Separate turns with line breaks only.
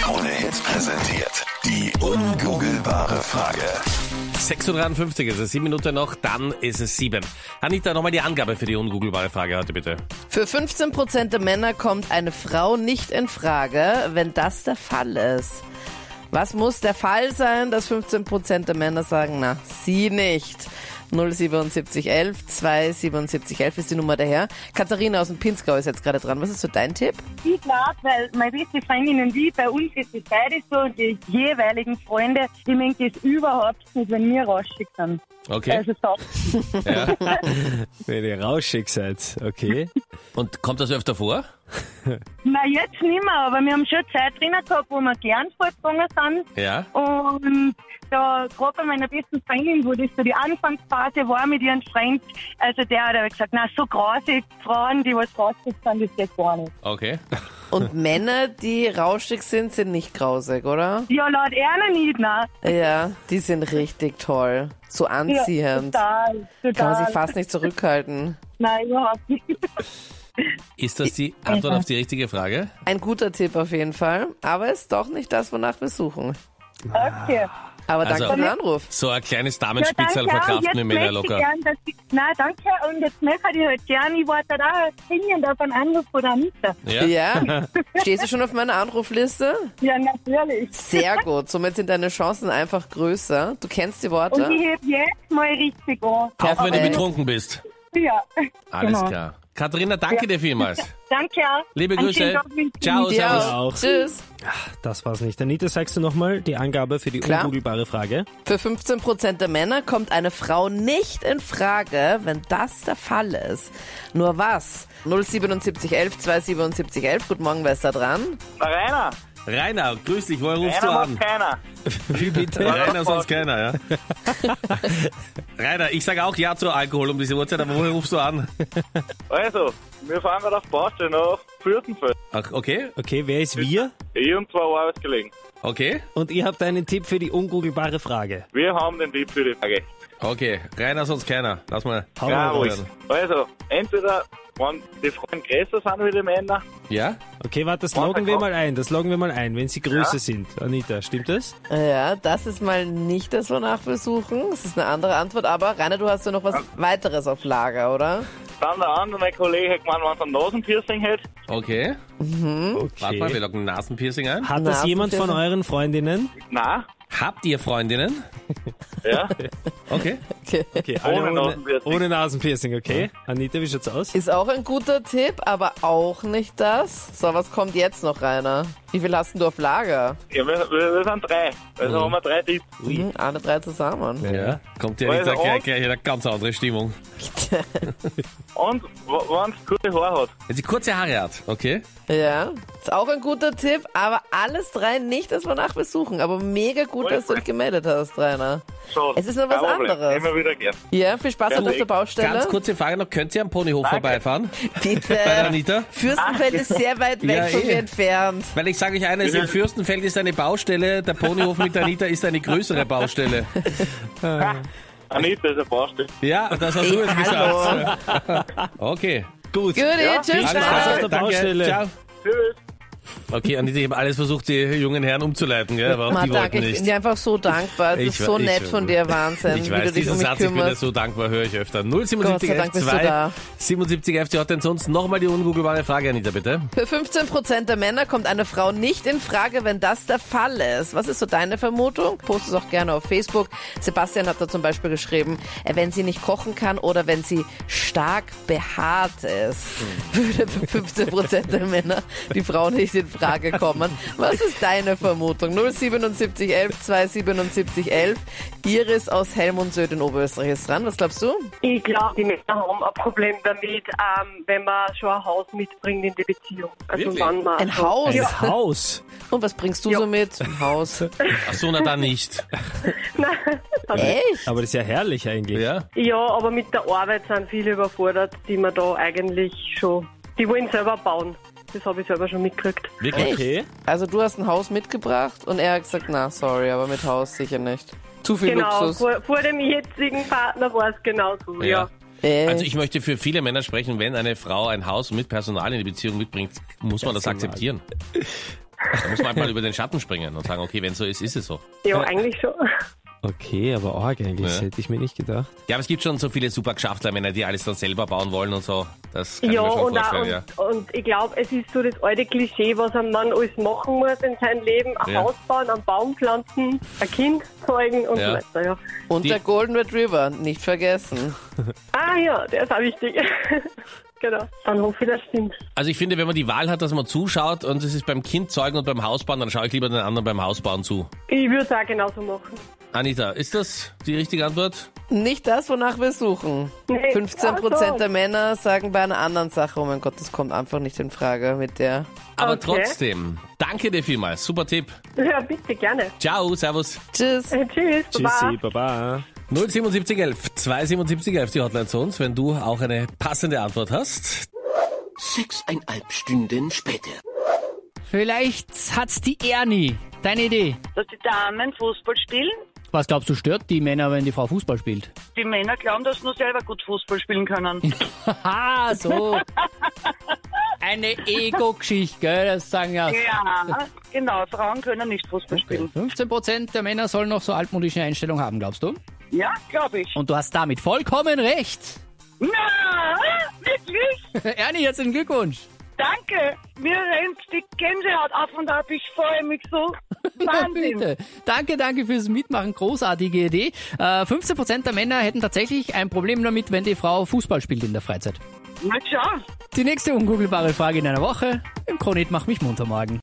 Krone Hits präsentiert. Die ungoogelbare Frage.
6.53 ist es, sieben Minuten noch, dann ist es sieben. Anita, nochmal die Angabe für die ungoogelbare Frage heute bitte.
Für 15 Prozent der Männer kommt eine Frau nicht in Frage, wenn das der Fall ist. Was muss der Fall sein, dass 15 Prozent der Männer sagen, na, sie nicht? 07711 27711 ist die Nummer daher. Katharina aus dem Pinzgau ist jetzt gerade dran. Was ist so dein Tipp?
Ich glaube, weil meine beste Freundin und ich, bei uns ist es beides so, die jeweiligen Freunde, die mögen es überhaupt nicht, wenn wir rauschig sind.
Okay.
Also so.
Wenn ihr rauschig seid, okay.
Und kommt das öfter vor?
Na, jetzt nicht mehr, aber wir haben schon Zeit drinnen gehabt, wo wir gern fortgegangen sind.
Ja.
Und da, gerade bei meiner besten Freundin, wo das so die Anfangsphase war mit ihren Freunden, also der hat aber gesagt, na, so grausig, Frauen, die was rauschig sind, das geht gar nicht.
Okay.
Und Männer, die rauschig sind, sind nicht grausig, oder?
Ja, laut Erna nicht, nein.
Ja, die sind richtig toll. So
Ja,
anziehend.
total, total.
Kann man sich fast nicht zurückhalten.
Nein, überhaupt nicht.
Ist das die Antwort auf die richtige Frage?
Ein guter Tipp auf jeden Fall, aber ist doch nicht das, wonach wir suchen.
Okay.
Aber danke
Also-
für den Anruf.
So ein kleines
Ja,
Damenspitzel
danke auch.
verkraften
Jetzt
wir Männer
möchte ich
locker.
Gern, dass ich, nein, danke. Und jetzt möchte ich halt gern, ich warte da dringend auf einen Anruf von der Anita.
Ja?
Ja. Stehst du schon auf meiner Anrufliste?
Ja, natürlich.
Sehr gut. Somit sind deine Chancen einfach größer. Du kennst die
Und
Worte.
ich heb jetzt mal richtig an.
Auch wenn du
Aber-
betrunken bist.
Ja.
Alles
Genau.
klar. Katharina, danke dir vielmals.
Danke auch.
Liebe
Einen
Grüße.
schönen Tag wünsche ich
Ciao,
Ihnen.
Dir
servus.
Auch.
Tschüss.
Das war's nicht. Anita, sagst du nochmal die Angabe für die
Klar.
ungoogelbare Frage?
Für 15% der Männer kommt eine Frau nicht in Frage, wenn das der Fall ist. Nur was? 07711 27711. Guten Morgen, wer ist da dran?
Na, Rainer,
Rainer, grüß dich, woher rufst
Rainer
du an?
muss keiner.
Wie bitte?
Rainer, sonst keiner, ja. Rainer, ich sage auch Ja zu Alkohol um diese Uhrzeit, aber woher rufst du an?
Also, wir fahren gerade auf Baustelle nach Fürstenfeld.
Ach, okay,
Okay, wer ist wir?
Ich und zwei Arbeitskollegen.
okay,
Und ihr habt einen Tipp für die ungoogelbare Frage.
Wir haben den Tipp für die Frage.
okay. Rainer, sonst keiner. Lass mal.
Hau
Ja,
mal
ruhig.
raus.
Also, entweder, wenn die Frauen größer sind wie die Männer,
Ja?
Okay, warte, das loggen wir mal ein. Das loggen wir mal ein, wenn sie größer sind. Anita, stimmt das?
Ja, das ist mal nicht das, wonach wir suchen. Es ist eine andere Antwort, aber Rainer, du hast ja noch was weiteres auf Lager, oder?
dann der andere Kollege hat gemeint, wenn sie ein Nasenpiercing hat.
Okay. Warte mal, wir
Okay.
locken Nasenpiercing ein.
Hat das jemand von
Nasenpiercing.
euren Freundinnen?
Nein,
Habt ihr Freundinnen?
ja.
Okay.
Okay, alle
Ohne Nasenpiercing.
Ohne Nasenpiercing, okay. Anita, wie schaut's aus?
Ist auch ein guter Tipp, aber auch nicht das. So, was kommt jetzt noch, Rainer? Wie viel hast denn du auf Lager?
ja wir, wir, wir sind drei. Also haben wir drei Tipps.
Mhm, alle drei zusammen.
Ja. Kommt ja nicht
Also,
gleich,
und-
gleich eine ganz andere Stimmung.
Und w- wenn sie gute Haare hat.
Wenn sie kurze Haare hat, okay?
Ja, ist auch ein guter Tipp, aber alles drei nicht, dass wir nachbesuchen. Aber mega gut, dass du dich gemeldet hast, Rainer.
Schade.
Es ist noch was
Kein Problem.
anderes.
Immer wieder gern.
Ja, viel Spaß heute auf der
Perfekt.
Baustelle.
Ganz kurze Frage noch, könnt ihr am Ponyhof vorbeifahren? Bei
Bitte.
Anita?
Fürstenfeld ist sehr weit weg
Ja,
von
eh.
mir entfernt.
Weil ich sage euch eines, im Fürstenfeld ist eine Baustelle, der Ponyhof mit Anita ist eine größere Baustelle.
Anita Ah, ist eine Baustelle.
Ja, das hast du jetzt gesagt.
Hallo.
Okay.
Gut.
Gut, eh, tschüss.
Alles
Spaß
klar.
auf der
Danke.
Baustelle.
Ciao.
Tschüss.
Okay, Anita, ich habe alles versucht, die jungen Herren umzuleiten, gell? aber auch
Ma,
die
danke,
wollten
ich bin
nicht.
dir einfach so dankbar. Es
Ich
ist
wa-
so
ich-
nett von dir, Wahnsinn,
Ich
wie du
weiß,
dich um
diesen
mich
Satz, ich bin da
kümmerst.
so dankbar, höre ich öfter.
Gott sei Dank bist du
07711
da.
77 FT Hotline, sonst nochmal die ungoogelbare Frage, Anita, bitte.
Für 15% der Männer kommt eine Frau nicht in Frage, wenn das der Fall ist. Was ist so deine Vermutung? Post es auch gerne auf Facebook. Sebastian hat da zum Beispiel geschrieben, äh, wenn sie nicht kochen kann oder wenn sie stark behaart ist, würde für 15% der Männer die Frau nicht in Frage kommen. Was ist deine Vermutung? 07711 27711. Iris aus Helmundsöd in Oberösterreich ist dran. Was glaubst du?
Ich glaube, die Männer haben ein Problem damit, ähm, wenn man schon ein Haus mitbringt in die Beziehung. Also
Wirklich?
wenn man
Ein Haus.
Ein Haus.
Und was bringst du so mit? Ein Haus.
Ach so, na dann nicht.
Echt?
Aber das ist ja herrlich eigentlich.
Ja?
Ja, aber mit der Arbeit sind viele überfordert, die man da eigentlich schon. Die wollen selber bauen. Das habe ich selber schon mitgekriegt.
Wirklich?
Okay.
Also du hast ein Haus mitgebracht und er hat gesagt, na sorry, aber mit Haus sicher nicht. Zu viel
Genau,
Luxus.
vor, vor dem jetzigen Partner war es genauso.
Ja.
Ja.
Äh,
Also ich möchte für viele Männer sprechen, wenn eine Frau ein Haus mit Personal in die Beziehung mitbringt, muss man das akzeptieren. Da muss man halt mal über den Schatten springen und sagen, okay, wenn so ist, ist es so.
Ja, eigentlich schon.
Okay, aber arg eigentlich,
Ja.
das hätte ich mir nicht gedacht.
Ja, aber es gibt schon so viele Supergeschaftler-Männer, die alles dann selber bauen wollen und so. Das kann
Ja,
ich mir schon
und, auch,
vorstellen,
und,
ja.
und ich glaube, es ist so das alte Klischee, was ein Mann alles machen muss in seinem Leben. Ein
Ja.
Haus bauen, einen Baum pflanzen, ein Kind zeugen und
Ja.
so weiter. Ja.
Und
Die-
der Golden Retriever, nicht vergessen.
Ah ja, der ist auch wichtig. genau. Dann hoffe ich, das stimmt.
Also ich finde, wenn man die Wahl hat, dass man zuschaut und es ist beim Kind zeugen und beim Hausbauen, dann schaue ich lieber den anderen beim Hausbauen zu.
Ich würde es auch genauso machen.
Anita, ist das die richtige Antwort?
Nicht das, wonach wir suchen.
Nee,
15
also.
Prozent der Männer sagen bei einer anderen Sache, oh mein Gott, das kommt einfach nicht in Frage mit der.
Aber
Okay.
trotzdem, danke dir vielmals. Super Tipp.
Ja, bitte, gerne.
Ciao, servus.
Tschüss.
Äh, Tschüss,
Tschüssi, baba.
07711, 27711, die Hotline zu uns, wenn du auch eine passende Antwort hast.
Sechseinhalb Stunden später.
Vielleicht hat's die Ernie. Deine Idee.
Dass die Damen Fußball spielen.
Was glaubst du, stört die Männer, wenn die Frau Fußball spielt?
Die Männer glauben, dass sie nur selber gut Fußball spielen können.
Haha, so. Eine Ego-Geschichte, gell? Das sagen ja.
ja, genau. Frauen können nicht Fußball spielen.
15% der Männer sollen noch so altmodische Einstellung haben, glaubst du?
Ja, glaube ich.
Und du hast damit vollkommen recht.
Na, wirklich?
Ernie, herzlichen Glückwunsch.
Danke. Mir rennt die Gänsehaut auf und halt ab. Ich freue mich so.
Ja,
Wahnsinn.
bitte. Danke, danke fürs Mitmachen. Großartige Idee. Äh, 15% der Männer hätten tatsächlich ein Problem damit, wenn die Frau Fußball spielt in der Freizeit.
Na, schau.
Die nächste ungoogelbare Frage in einer Woche. Im Kronit mach mich munter morgen.